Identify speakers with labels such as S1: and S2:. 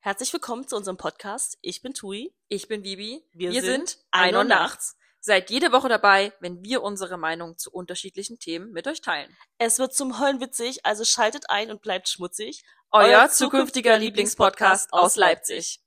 S1: Herzlich willkommen zu unserem Podcast. Ich bin Tui.
S2: Ich bin Bibi.
S1: Wir
S2: Wir,
S1: sind
S2: sind,
S1: Ein
S2: Ein
S1: und
S2: und Nachts. Seid jede Woche dabei, wenn wir unsere Meinung zu unterschiedlichen Themen mit euch teilen.
S1: Es wird zum Heulen witzig, also schaltet ein und bleibt schmutzig.
S2: Euer
S1: zukünftiger
S2: zukünftiger Lieblingspodcast aus Leipzig.